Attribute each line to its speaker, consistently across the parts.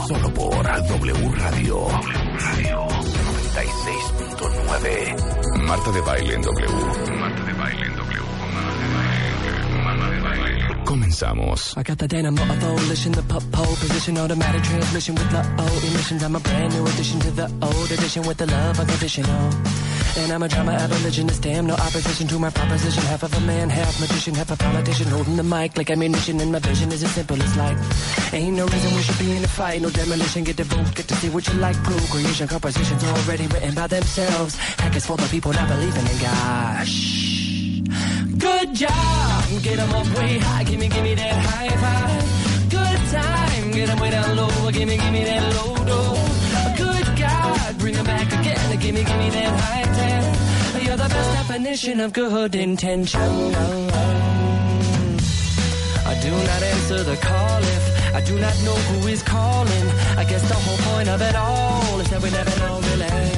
Speaker 1: Solo por W Radio. W Radio 96.9. Marta de Baile en W. Marta de Baile en W. Marta de Baile. Marta de Baile. Comenzamos.
Speaker 2: I got that Dana motor volition, the pop pole position, automatic transmission with the old emissions. I'm a brand new addition to the old edition with the love unconditional. And I'm a drama abolitionist, damn no opposition to my proposition. Half of a man, half magician, half a politician, holding the mic like ammunition. And my vision is as simple as light. Ain't no reason we should be in a fight, no demolition. Get the vote, get to see what you like. Prove creation, compositions already written by themselves. Hackers for the people not believing in God. Shh. Good job, get 'em up way high, gimme, gimme that high five. Good time, get 'em way down low, gimme, gimme that low dough. Good God, bring 'em back again, gimme, gimme that high ten. You're the best definition of good intention. I do not answer the call if I do not know who is calling. I guess the whole point of it all is that we never know really.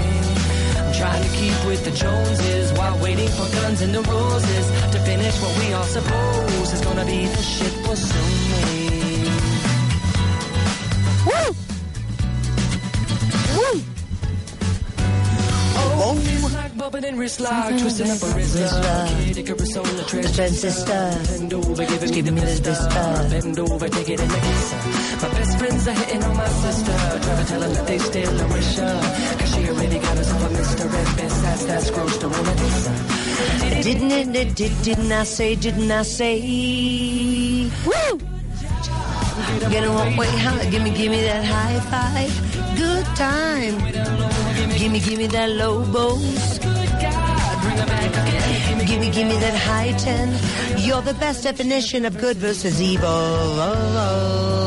Speaker 2: I'm trying to keep with the Joneses while waiting for guns and the roses to finish what we all suppose is gonna be the shit we'll soon make. Woo! Woo! Oh, fist lock, bumping and wrist lock, twisting up a wrist lock. Kid Icarus on the
Speaker 3: The transistor.
Speaker 2: Bend over, giving me
Speaker 3: Give
Speaker 2: the
Speaker 3: me this
Speaker 2: mister.
Speaker 3: mister.
Speaker 2: Bend over, take it in the kiss. My best friends are hitting on my sister. Try to tell her that they still a wish her. Cause she already got herself a mister. And besides, that's gross to woman.
Speaker 3: Didn't it, it, did, didn't I say, didn't I say? Woo! Get him up way high, gimme, gimme that high five. Good time. Gimme, gimme that low bows. Gimme, gimme that high ten. You're the best definition of good versus evil. Oh,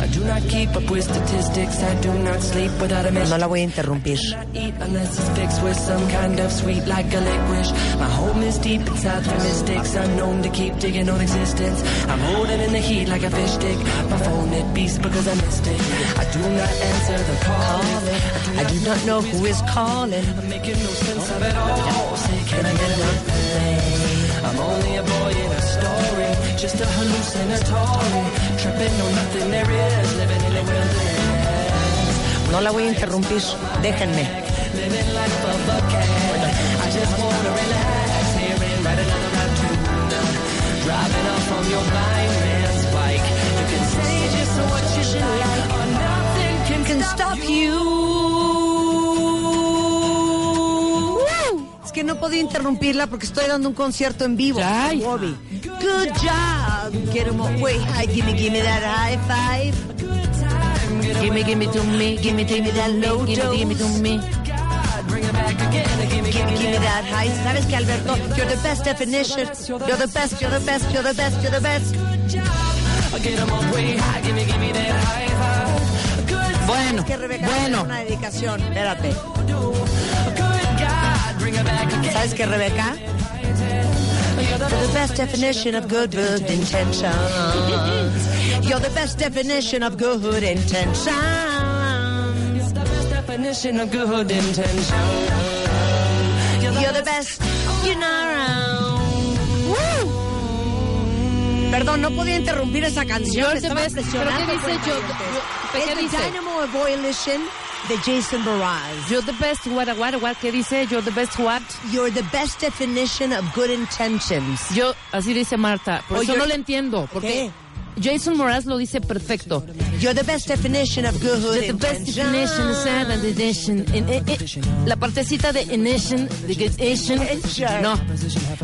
Speaker 2: I do not keep up with statistics. I do not sleep without a
Speaker 3: No
Speaker 2: mission.
Speaker 3: la voy a interrumpir.
Speaker 2: Eat unless it's fixed with some kind of sweet like a licorice. My home is deep inside the mystics. I'm known to keep digging on existence. I'm holding in the heat like a fish stick. My phone it beats because I missed it. I do not answer the call.
Speaker 3: I do not know who is calling.
Speaker 2: I'm making no sense of it all. Say, can I get a replay? I'm only a boy in a story, just a hallucinatory. Tripping on nothing there is, living in a wilderness.
Speaker 3: No la voy a interrumpir. Déjenme.
Speaker 2: Living life of a cat. I just wanna relax, here and write another rap tune. Driving off on your blind man's bike. You can say just what you like, or nothing can,
Speaker 3: can
Speaker 2: stop
Speaker 3: stop
Speaker 2: you.
Speaker 3: you. Es que no podía interrumpirla porque estoy dando un concierto en vivo.
Speaker 4: Ya, hija.
Speaker 3: Bobby. Good job. Get him away. Hi, gimme, gimme that high five.
Speaker 4: Gimme, gimme to me, gimme, gimme that low, gimme, gimme to me.
Speaker 2: Bring it back again, give me, give
Speaker 3: Gimme,
Speaker 2: me
Speaker 3: gimme that high. ¿Sabes qué, Alberto? You're the best definition. You're the best, you're the best, you're the best, you're the best.
Speaker 2: Get 'em up way high, give me, give me that high five. Good,
Speaker 4: Bueno,
Speaker 3: Es que Rebeca
Speaker 4: bueno.
Speaker 3: es una dedicación. Espérate.
Speaker 2: good God, bring it back again.
Speaker 3: ¿Sabes qué, Rebeca? You're the best definition of good, good intentions. You're the best definition of good intentions.
Speaker 2: It's the best definition of good intention.
Speaker 3: You're the best, you know. Woo! Perdón, no podía interrumpir esa canción.
Speaker 4: You're the
Speaker 3: Estaba
Speaker 4: best. ¿Pero
Speaker 3: impresionada
Speaker 4: qué dice
Speaker 3: por el
Speaker 4: yo-
Speaker 3: ambiente.
Speaker 4: yo- ¿pero qué
Speaker 3: Es The
Speaker 4: dice?
Speaker 3: Dynamo Evolution de Jason Baraz.
Speaker 4: You're the best what, what, what, ¿qué dice? You're the best what.
Speaker 3: You're the best definition of good intentions.
Speaker 4: Yo, así dice Marta, por
Speaker 3: Oh,
Speaker 4: eso
Speaker 3: you're-
Speaker 4: no lo entiendo, porque Jason Mraz lo dice perfecto.
Speaker 3: You're the best definition of good
Speaker 4: The best
Speaker 3: intentions.
Speaker 4: definition, sad and the nation. En- eh, eh, la partecita de nation, de que es Asian, no.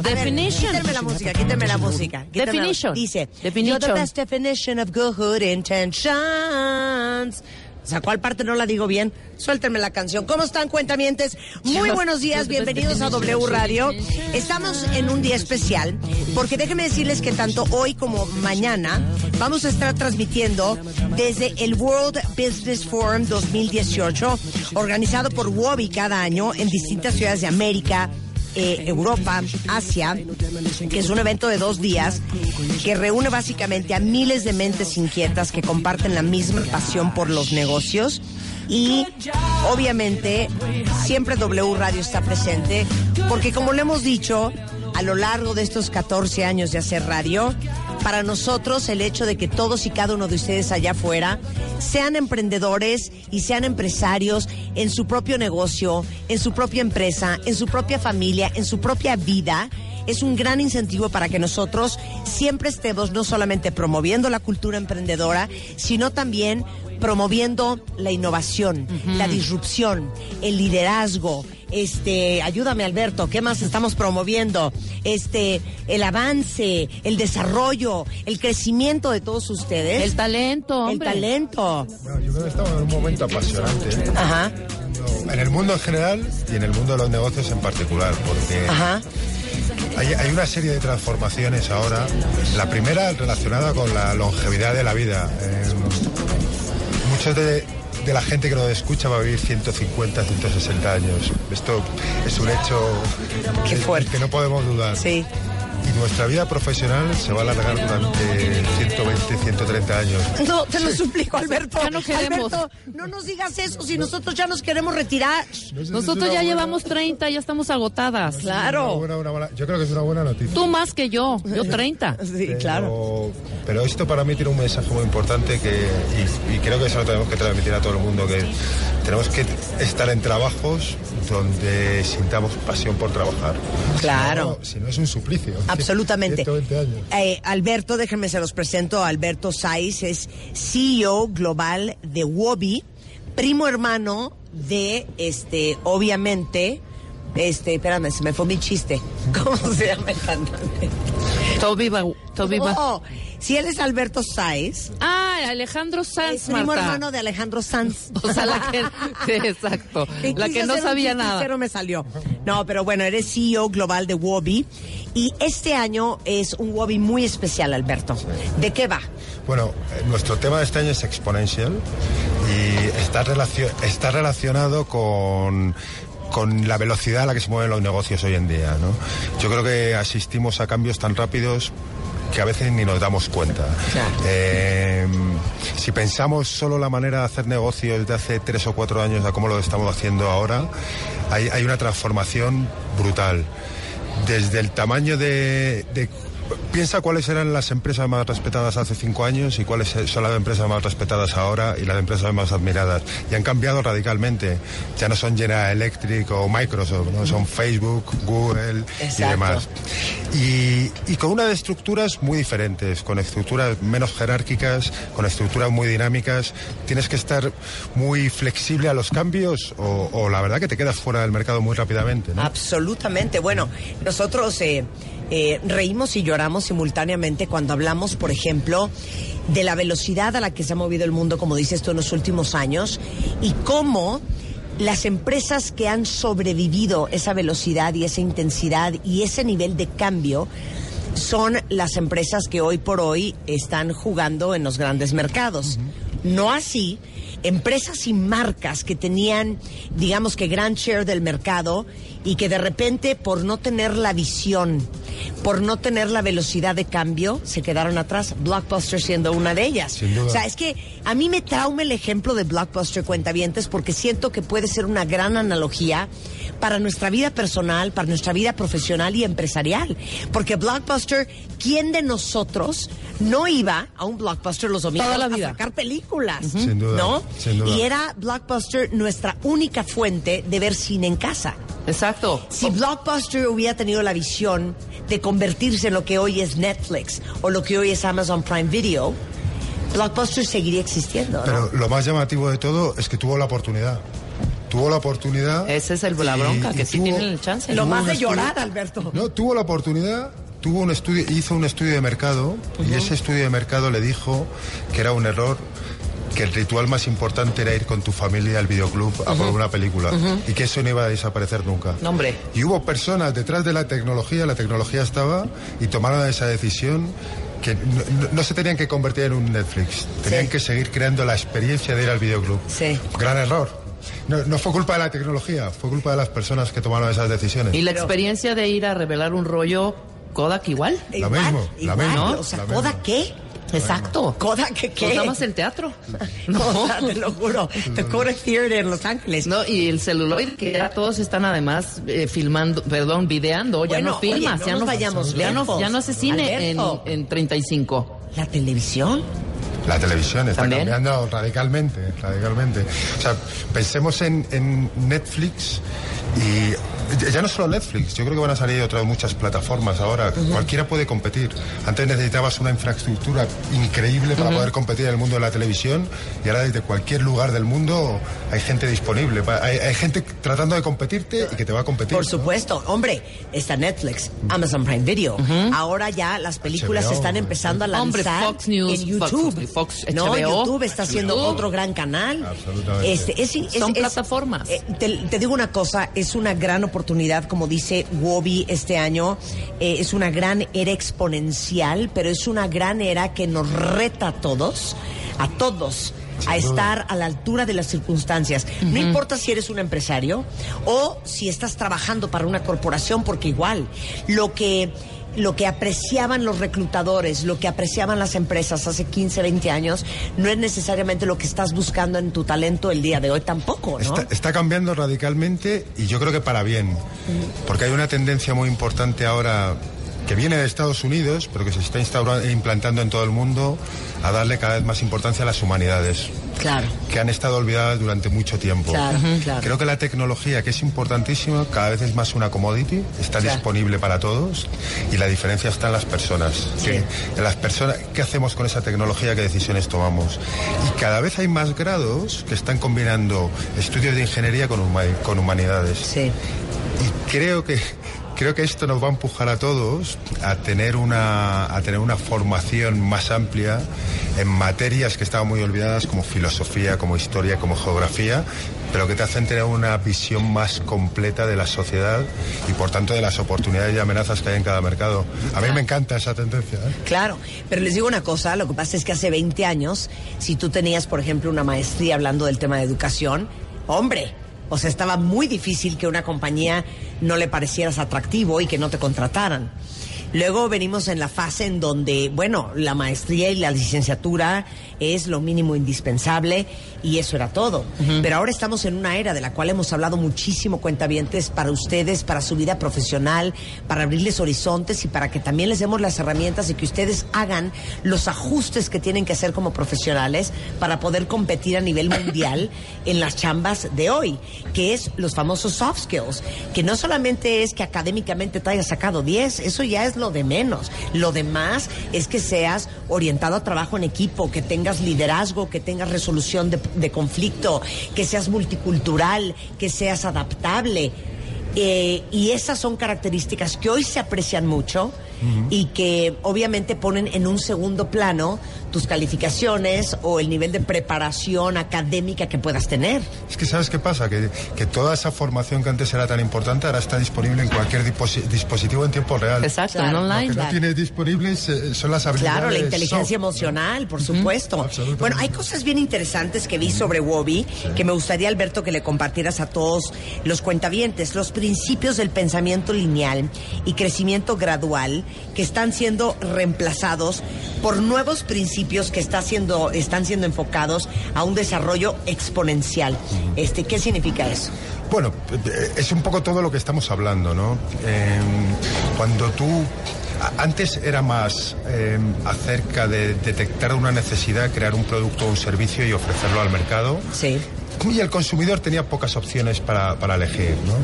Speaker 4: Definition.
Speaker 3: Quítame la música, quítame la música. quítame la-
Speaker 4: Definition.
Speaker 3: Dice,
Speaker 4: Definition.
Speaker 3: you're the best definition of good intentions. O sea, ¿cuál parte no la digo bien? Suéltenme la canción. ¿Cómo están, cuentamientes? Muy buenos días, bienvenidos a W Radio. Estamos en un día especial, porque déjenme decirles que tanto hoy como mañana vamos a estar transmitiendo desde el World Business Forum 2018, organizado por WOBI cada año en distintas ciudades de América, eh, Europa, Asia, que es un evento de dos días que reúne básicamente a miles de mentes inquietas que comparten la misma pasión por los negocios. Y obviamente siempre W Radio está presente porque como le hemos dicho a lo largo de estos 14 años de hacer radio, para nosotros el hecho de que todos y cada uno de ustedes allá afuera sean emprendedores y sean empresarios en su propio negocio, en su propia empresa, en su propia familia, en su propia vida, es un gran incentivo para que nosotros siempre estemos no solamente promoviendo la cultura emprendedora, sino también promoviendo la innovación, la disrupción, el liderazgo, este, ayúdame Alberto, ¿qué más estamos promoviendo? Este, el avance, el desarrollo, el crecimiento de todos ustedes.
Speaker 4: El talento,
Speaker 3: El
Speaker 4: hombre.
Speaker 3: talento.
Speaker 5: Bueno, yo creo que estamos en un momento apasionante. ¿eh?
Speaker 3: Ajá,
Speaker 5: En el mundo en general y en el mundo de los negocios en particular, porque
Speaker 3: ajá.
Speaker 5: hay, hay una serie de transformaciones ahora. La primera relacionada con la longevidad de la vida. Eh, muchos de, de la gente que nos escucha va a vivir 150, 160 años. Esto es un hecho
Speaker 3: Qué
Speaker 5: del- del
Speaker 3: fuerte.
Speaker 5: que no podemos dudar.
Speaker 3: Sí.
Speaker 5: Y nuestra vida profesional se va a alargar durante 120, 130 años.
Speaker 3: No, te lo suplico, Alberto.
Speaker 4: Ya no queremos.
Speaker 3: Alberto, no nos digas eso si nosotros ya nos queremos retirar.
Speaker 5: No sé si es
Speaker 4: Nosotros
Speaker 5: una
Speaker 4: ya
Speaker 5: buena-
Speaker 4: llevamos 30, ya estamos agotadas.
Speaker 5: una
Speaker 3: Claro.
Speaker 5: buena- una buena- yo creo que es una buena noticia.
Speaker 4: Tú más que yo, yo 30.
Speaker 3: Sí,
Speaker 5: Pero-
Speaker 3: claro.
Speaker 5: Pero esto para mí tiene un mensaje muy importante que, y, y creo que eso lo tenemos que transmitir a todo el mundo, que tenemos que estar en trabajos donde sintamos pasión por trabajar.
Speaker 3: Claro.
Speaker 5: Si no, si no es un suplicio.
Speaker 3: Absolutamente.
Speaker 5: 120 años.
Speaker 3: Eh, Alberto, déjenme se los presento. Alberto Saiz es CEO global de Wobi, primo hermano de, este, obviamente, este, espérame, se me fue mi chiste. ¿Cómo se llama el cantante?
Speaker 4: Toby, Ba- Toby Ba-
Speaker 3: Oh, si él es Alberto Saiz,
Speaker 4: Ah, Alejandro
Speaker 3: es
Speaker 4: Sanz,
Speaker 3: primo
Speaker 4: Marta.
Speaker 3: hermano de Alejandro Sanz.
Speaker 4: O sea, la que... sí, exacto.
Speaker 3: Y
Speaker 4: La
Speaker 3: quise
Speaker 4: que no
Speaker 3: hacer un
Speaker 4: sabía
Speaker 3: chiste y
Speaker 4: nada.
Speaker 3: cero me salió. No, pero bueno, eres CEO global de Wobi. Y este año es un Wobi muy especial, Alberto. ¿De qué va?
Speaker 5: Bueno, eh, nuestro tema de este año es Exponential y está, relacio- está relacionado con con la velocidad a la que se mueven los negocios hoy en día, ¿no? Yo creo que asistimos a cambios tan rápidos que a veces ni nos damos cuenta.
Speaker 3: Claro.
Speaker 5: Eh, si pensamos solo la manera de hacer negocios de hace tres o cuatro años a cómo lo estamos haciendo ahora, hay, hay una transformación brutal. Desde el tamaño de, de- Piensa cuáles eran las empresas más respetadas hace cinco años y cuáles son las empresas más respetadas ahora y las empresas más admiradas. Y han cambiado radicalmente. Ya no son General Electric o Microsoft, ¿no? son Facebook, Google
Speaker 3: Exacto.
Speaker 5: y demás. Y, y con una de estructuras muy diferentes, con estructuras menos jerárquicas, con estructuras muy dinámicas. Tienes que estar muy flexible a los cambios o, o la verdad que te quedas fuera del mercado muy rápidamente. ¿no?
Speaker 3: Absolutamente. Bueno, nosotros eh, eh, reímos y lloramos simultáneamente cuando hablamos, por ejemplo, de la velocidad a la que se ha movido el mundo, como dices tú, en los últimos años y cómo las empresas que han sobrevivido esa velocidad y esa intensidad y ese nivel de cambio son las empresas que hoy por hoy están jugando en los grandes mercados. No así, empresas y marcas que tenían, digamos que gran share del mercado y que de repente por no tener la visión, por no tener la velocidad de cambio, se quedaron atrás, Blockbuster siendo una de ellas.
Speaker 5: Sin duda.
Speaker 3: O sea, es que a mí me trauma el ejemplo de Blockbuster Cuentavientes porque siento que puede ser una gran analogía para nuestra vida personal, para nuestra vida profesional y empresarial. Porque Blockbuster, ¿quién de nosotros no iba a un Blockbuster los domingos
Speaker 4: Toda la
Speaker 3: a
Speaker 4: vida.
Speaker 3: sacar películas?
Speaker 5: Sin duda,
Speaker 3: ¿No?
Speaker 5: sin duda.
Speaker 3: Y era Blockbuster nuestra única fuente de ver cine en casa.
Speaker 4: Exacto.
Speaker 3: Si Blockbuster hubiera tenido la visión de convertirse en lo que hoy es Netflix o lo que hoy es Amazon Prime Video, Blockbuster seguiría existiendo. ¿no?
Speaker 5: Pero lo más llamativo de todo es que tuvo la oportunidad. Tuvo la oportunidad.
Speaker 4: Esa es el- la bronca, que sí tienen el chance.
Speaker 3: Lo
Speaker 5: eh, tuvo
Speaker 3: más
Speaker 5: un
Speaker 3: de
Speaker 5: estudio-
Speaker 3: llorar, Alberto.
Speaker 5: No, tuvo la oportunidad. Tuvo un estudio, hizo un estudio de mercado y ese estudio de mercado le dijo que era un error, que el ritual más importante era ir con tu familia al videoclub a por una película y que eso no iba a desaparecer nunca.
Speaker 4: No, hombre.
Speaker 5: Y hubo personas detrás de la tecnología, la tecnología estaba, y tomaron esa decisión que no, no- no se tenían que convertir en un Netflix, tenían
Speaker 3: Sí.
Speaker 5: que seguir creando la experiencia de ir al videoclub.
Speaker 3: Sí.
Speaker 5: Gran error. No, no fue culpa de la tecnología, fue culpa de las personas que tomaron esas decisiones.
Speaker 4: Y la experiencia de ir a revelar un rollo Kodak igual.
Speaker 5: Lo mismo, lo
Speaker 3: igual.
Speaker 5: mismo,
Speaker 3: O sea,
Speaker 5: lo
Speaker 3: ¿Kodak
Speaker 5: mismo.
Speaker 3: qué?
Speaker 4: Exacto.
Speaker 3: Coda, que qué?
Speaker 4: Nos damos el teatro.
Speaker 3: Coda, te lo juro. The Coda Theater en Los Ángeles.
Speaker 4: No, y el celuloid, que ya todos están además eh, filmando, perdón, videando, ya
Speaker 3: Bueno,
Speaker 4: no filmas,
Speaker 3: oye, no
Speaker 4: ya,
Speaker 3: nos
Speaker 4: no,
Speaker 3: vayamos
Speaker 4: ya, no,
Speaker 3: lejos.
Speaker 4: ya no hace cine en,
Speaker 3: Alberto.
Speaker 4: en 35.
Speaker 3: ¿La televisión?
Speaker 5: La televisión está
Speaker 4: También.
Speaker 5: cambiando radicalmente, radicalmente. O sea, pensemos en, en Netflix y ya- ya no solo Netflix, yo creo que van a salir otras muchas plataformas ahora. Cualquiera puede competir. Antes necesitabas una infraestructura increíble para poder competir en el mundo de la televisión y ahora desde cualquier lugar del mundo hay gente disponible. Pa- Hay, hay gente tratando de competirte y que te va a competir.
Speaker 3: Por
Speaker 5: ¿no?
Speaker 3: supuesto, hombre, está Netflix, Amazon Prime Video. Ahora ya las películas
Speaker 5: HBO,
Speaker 3: se están empezando a lanzar
Speaker 4: Hombre, Fox News,
Speaker 3: en YouTube.
Speaker 4: Fox- Fox,
Speaker 3: no,
Speaker 4: HBO,
Speaker 3: YouTube está haciendo
Speaker 4: YouTube.
Speaker 3: otro gran canal.
Speaker 5: Absolutamente.
Speaker 3: Este, es- es-
Speaker 4: Son
Speaker 3: es-
Speaker 4: plataformas.
Speaker 3: eh, te, te digo una cosa, es una gran oportunidad, como dice Wobby este año, eh, es una gran era exponencial, pero es una gran era que nos reta a todos, a todos. A
Speaker 5: Sin duda.
Speaker 3: estar a la altura de las circunstancias. No importa si eres un empresario o si estás trabajando para una corporación, porque igual lo que lo que apreciaban los reclutadores, lo que apreciaban las empresas hace 15, 20 años, no es necesariamente lo que estás buscando en tu talento el día de hoy tampoco, ¿no?
Speaker 5: Está, está cambiando radicalmente y yo creo que para bien, porque hay una tendencia muy importante ahora que viene de Estados Unidos, pero que se está instaura- implantando en todo el mundo, a darle cada vez más importancia a las humanidades,
Speaker 3: Claro.
Speaker 5: que han estado olvidadas durante mucho tiempo.
Speaker 3: Claro, Ujú. claro.
Speaker 5: Creo que la tecnología, que es importantísima, cada vez es más una commodity, está
Speaker 3: Claro.
Speaker 5: disponible para todos y la diferencia está en las personas. Que- en las personas, ¿Qué hacemos con esa tecnología? ¿Qué decisiones tomamos? Y cada vez hay más grados que están combinando estudios de ingeniería con, huma- con humanidades.
Speaker 3: Sí.
Speaker 5: Y creo que creo que esto nos va a empujar a todos a tener una a tener una formación más amplia en materias que estaban muy olvidadas como filosofía, como historia, como geografía, pero que te hacen tener una visión más completa de la sociedad y por tanto de las oportunidades y amenazas que hay en cada mercado. A mí me encanta esa tendencia. ¿eh?
Speaker 3: Claro, pero les digo una cosa, lo que pasa es que hace 20 años, si tú tenías, por ejemplo, una maestría hablando del tema de educación, hombre, o sea, estaba muy difícil que una compañía no le parecieras atractivo y que no te contrataran. Luego venimos en la fase en donde, bueno, la maestría y la licenciatura es lo mínimo indispensable y eso era todo. Pero ahora estamos en una era de la cual hemos hablado muchísimo, cuentavientes, para ustedes, para su vida profesional, para abrirles horizontes y para que también les demos las herramientas y que ustedes hagan los ajustes que tienen que hacer como profesionales para poder competir a nivel mundial en las chambas de hoy, que es los famosos soft skills, que no solamente es que académicamente te hayas sacado 10, eso ya es lo de menos. Lo demás es que seas orientado a trabajo en equipo, que tengas liderazgo, que tengas resolución de, de conflicto, que seas multicultural, que seas adaptable. Eh, y esas son características que hoy se aprecian mucho y que obviamente ponen en un segundo plano tus calificaciones o el nivel de preparación académica que puedas tener.
Speaker 5: Es que sabes qué pasa, que, que toda esa formación que antes era tan importante ahora está disponible en cualquier disposi- dispositivo en tiempo real.
Speaker 4: Exacto,
Speaker 3: Claro.
Speaker 4: en online.
Speaker 5: Lo que no
Speaker 3: Claro.
Speaker 5: tienes disponibles eh, son las habilidades.
Speaker 3: Claro, la inteligencia
Speaker 5: soft, ¿no?
Speaker 3: emocional, por supuesto.
Speaker 5: absolutamente.
Speaker 3: Bueno, hay cosas bien interesantes que vi sobre Wobby que me gustaría, Alberto, que le compartieras a todos los cuentavientes. Los principios del pensamiento lineal y crecimiento gradual que están siendo reemplazados por nuevos principios que está siendo, están siendo enfocados a un desarrollo exponencial. Este, ¿Qué significa eso?
Speaker 5: Bueno, eh, es un poco todo lo que estamos hablando, ¿no? Eh, cuando tú... a- Antes era más eh, acerca de detectar una necesidad, crear un producto o un servicio y ofrecerlo al mercado.
Speaker 3: Sí.
Speaker 5: y el consumidor tenía pocas opciones para, para elegir. ¿no?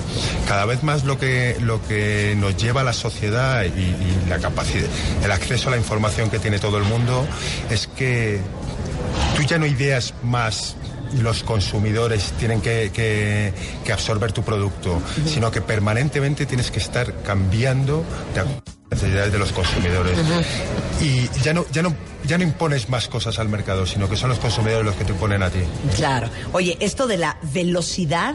Speaker 5: Cada vez más lo que, lo que nos lleva a la sociedad y, y la capacidad, el acceso a la información que tiene todo el mundo es que tú ya no ideas más los consumidores tienen que, que- que absorber tu producto, sino que permanentemente tienes que estar cambiando de acuerdo a las necesidades de los consumidores. Y ya no, ya, no, ya no impones más cosas al mercado, sino que son los consumidores los que te imponen a ti.
Speaker 3: Claro. Oye, esto de la velocidad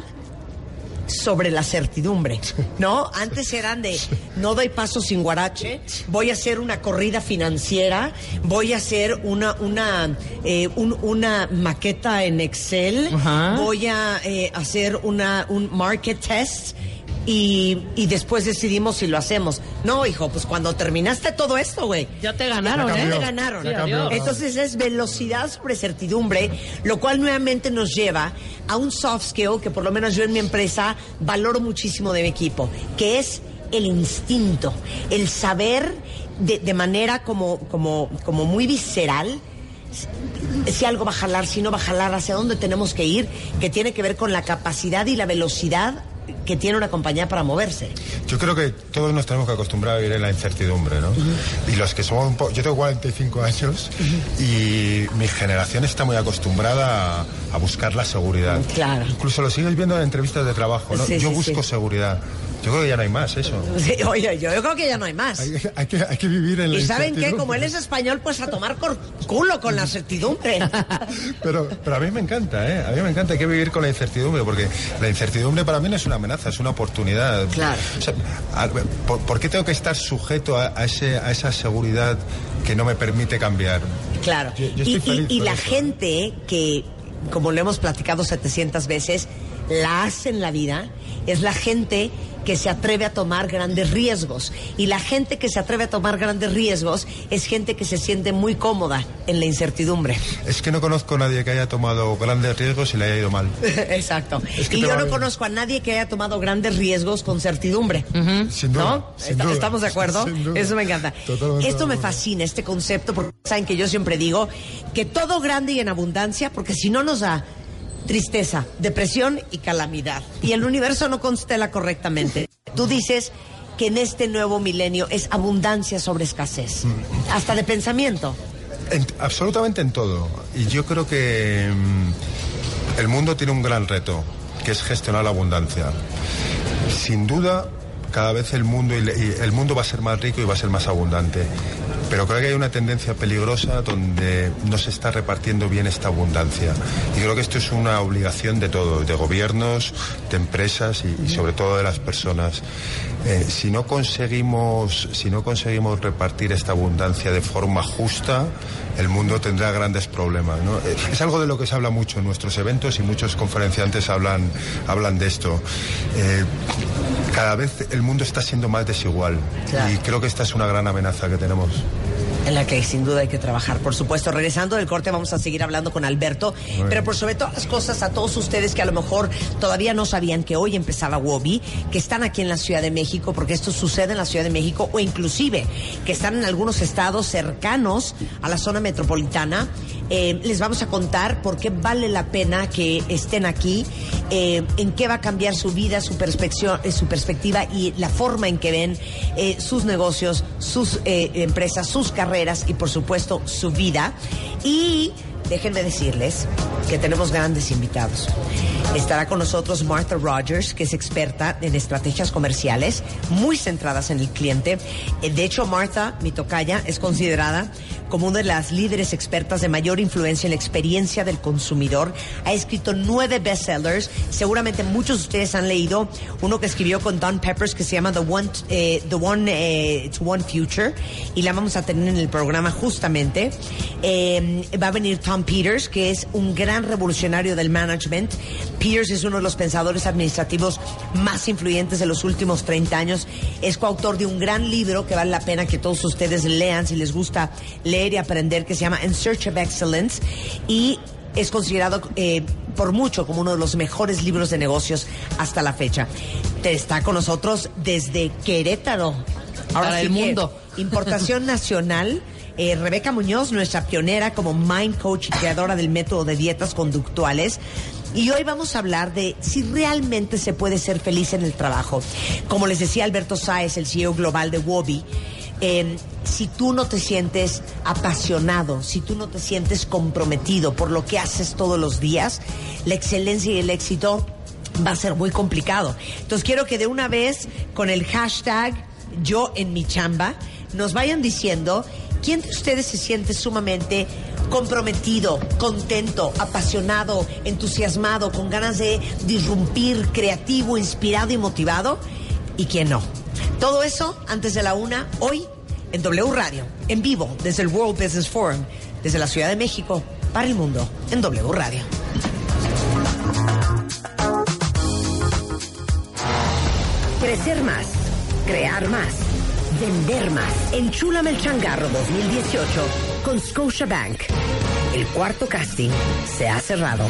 Speaker 3: sobre la certidumbre, ¿no? Antes eran de no doy paso sin guarache, voy a hacer una corrida financiera, voy a hacer una una eh, un- una maqueta en Excel,
Speaker 4: Ajá.
Speaker 3: voy a eh, hacer una un market test. y, y después decidimos si lo hacemos. No, hijo, pues cuando terminaste todo esto, güey.
Speaker 4: Ya te ganaron,
Speaker 3: Ya
Speaker 5: Ya
Speaker 4: ¿eh?
Speaker 3: te
Speaker 5: cambió.
Speaker 3: ganaron.
Speaker 5: Ya cambió.
Speaker 3: Entonces es velocidad sobre certidumbre, lo cual nuevamente nos lleva a un soft skill que por lo menos yo en mi empresa valoro muchísimo de mi equipo, que es el instinto, el saber de, de manera como, como, como muy visceral si algo va a jalar, si no va a jalar, hacia dónde tenemos que ir, que tiene que ver con la capacidad y la velocidad que tiene una compañía para moverse.
Speaker 5: Yo creo que todos nos tenemos que acostumbrar a vivir en la incertidumbre, ¿no? Y los que somos un poco... Yo tengo 45 años y mi generación está muy acostumbrada a, a buscar la seguridad.
Speaker 3: Claro.
Speaker 5: Incluso lo sigues viendo en entrevistas de trabajo, ¿no?
Speaker 3: Sí,
Speaker 5: yo
Speaker 3: sí,
Speaker 5: busco
Speaker 3: sí.
Speaker 5: seguridad. Yo creo que ya no hay más eso.
Speaker 3: Sí, Oye, yo, yo creo que ya no hay más.
Speaker 5: Hay, hay que, hay que vivir en la
Speaker 3: Y saben qué,
Speaker 5: incertidumbre.
Speaker 3: como él es español, pues a tomar cor- culo con la certidumbre.
Speaker 5: Pero, pero a mí me encanta, ¿eh? A mí me encanta, hay que vivir con la incertidumbre, porque la incertidumbre para mí no es una amenaza, es una oportunidad.
Speaker 4: Claro.
Speaker 5: O sea, a- ¿por, por qué tengo que estar sujeto a, a ese, a esa seguridad que no me permite cambiar?
Speaker 3: Claro.
Speaker 5: Yo- yo estoy
Speaker 3: y y-
Speaker 5: feliz
Speaker 3: y
Speaker 5: con
Speaker 3: la
Speaker 5: eso. ¿eh?
Speaker 3: gente que, como lo hemos platicado 700 veces, la hace en la vida, es la gente que se atreve a tomar grandes riesgos. Y la gente que se atreve a tomar grandes riesgos es gente que se siente muy cómoda en la incertidumbre.
Speaker 5: Es que no conozco a nadie que haya tomado grandes riesgos y le haya ido mal.
Speaker 3: Exacto.
Speaker 5: Es que
Speaker 3: y
Speaker 5: te
Speaker 3: yo
Speaker 5: va
Speaker 3: no
Speaker 5: bien.
Speaker 3: conozco a nadie que haya tomado grandes riesgos con certidumbre.
Speaker 5: Sin duda,
Speaker 3: ¿No?
Speaker 5: sin
Speaker 3: Esta-
Speaker 5: duda.
Speaker 3: ¿Estamos de acuerdo?
Speaker 5: Sin duda.
Speaker 3: Eso me encanta.
Speaker 5: Totalmente
Speaker 3: Esto
Speaker 5: de
Speaker 3: me
Speaker 5: acuerdo.
Speaker 3: fascina, este concepto, porque saben que yo siempre digo que todo grande y en abundancia, porque si no nos da tristeza, depresión y calamidad. Y el universo no constela correctamente. Tú dices que en este nuevo milenio es abundancia sobre escasez,
Speaker 5: Mm.
Speaker 3: hasta de pensamiento.
Speaker 5: En- absolutamente en todo. Y yo creo que mm, el mundo tiene un gran reto, que es gestionar la abundancia. Sin duda, cada vez el mundo y le- y el mundo va a ser más rico y va a ser más abundante. Pero creo que hay una tendencia peligrosa donde no se está repartiendo bien esta abundancia. Y creo que esto es una obligación de todos, de gobiernos, de empresas y, y sobre todo de las personas. Eh, si no conseguimos, si no conseguimos repartir esta abundancia de forma justa, el mundo tendrá grandes problemas. ¿no? Eh, Es algo de lo que se habla mucho en nuestros eventos y muchos conferenciantes hablan, hablan de esto. Eh, cada vez el mundo está siendo más desigual
Speaker 3: Claro.
Speaker 5: y creo que esta es una gran amenaza que tenemos.
Speaker 3: En la que sin duda hay que trabajar, por supuesto. Regresando del corte vamos a seguir hablando con Alberto, pero por sobre todas las cosas a todos ustedes que a lo mejor todavía no sabían que hoy empezaba Wobby, que están aquí en la Ciudad de México, porque esto sucede en la Ciudad de México, o inclusive que están en algunos estados cercanos a la zona metropolitana. Eh, les vamos a contar por qué vale la pena que estén aquí, eh, en qué va a cambiar su vida, su, perspeccio- eh, su perspectiva y la forma en que ven eh, sus negocios, sus eh, empresas, sus carreras y por supuesto su vida. Y déjenme decirles que tenemos grandes invitados. Estará con nosotros Martha Rogers, que es experta en estrategias comerciales muy centradas en el cliente. Eh, De hecho, Martha, mi tocaya, es considerada como una de las líderes expertas de mayor influencia en la experiencia del consumidor. Ha escrito nueve bestsellers. Seguramente muchos de ustedes han leído uno que escribió con Don Peppers que se llama The One, eh, The One eh, to One Future y la vamos a tener en el programa justamente. Eh, va a venir Tom Peters, que es un gran revolucionario del management. Peters es uno de los pensadores administrativos más influyentes de los últimos 30 años. Es coautor de un gran libro que vale la pena que todos ustedes lean si les gusta leer y aprender, que se llama In Search of Excellence. Y es considerado eh, por mucho como uno de los mejores libros de negocios hasta la fecha. Te está con nosotros desde Querétaro.
Speaker 4: Para el
Speaker 3: que,
Speaker 4: mundo.
Speaker 3: Importación nacional. eh, Rebeca Muñoz, nuestra pionera como mind coach y creadora del método de dietas conductuales. Y hoy vamos a hablar de si realmente se puede ser feliz en el trabajo. Como les decía Alberto Sáez, el CEO global de Wobby, eh, si tú no te sientes apasionado, si tú no te sientes comprometido por lo que haces todos los días, la excelencia y el éxito va a ser muy complicado. Entonces quiero que de una vez con el hashtag yo en mi chamba nos vayan diciendo quién de ustedes se siente sumamente comprometido, contento, apasionado, entusiasmado, con ganas de disrumpir, creativo, inspirado y motivado y quién no. Todo eso antes de la una hoy en W Radio, en vivo desde el World Business Forum, desde la Ciudad de México para el mundo en W Radio. Crecer más. Crear más. Vender más. Enchúlame el changarro 2018 con Scotiabank. El cuarto casting se ha cerrado.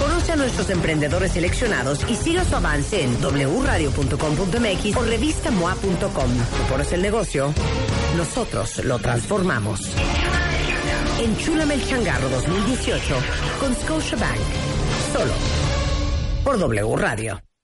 Speaker 3: Conoce a nuestros emprendedores seleccionados y siga su avance en wradio.com.mx o revistamoa.com. Tú pones el negocio, nosotros lo transformamos. Enchúlame el changarro 2018 con Scotiabank. Solo por W Radio.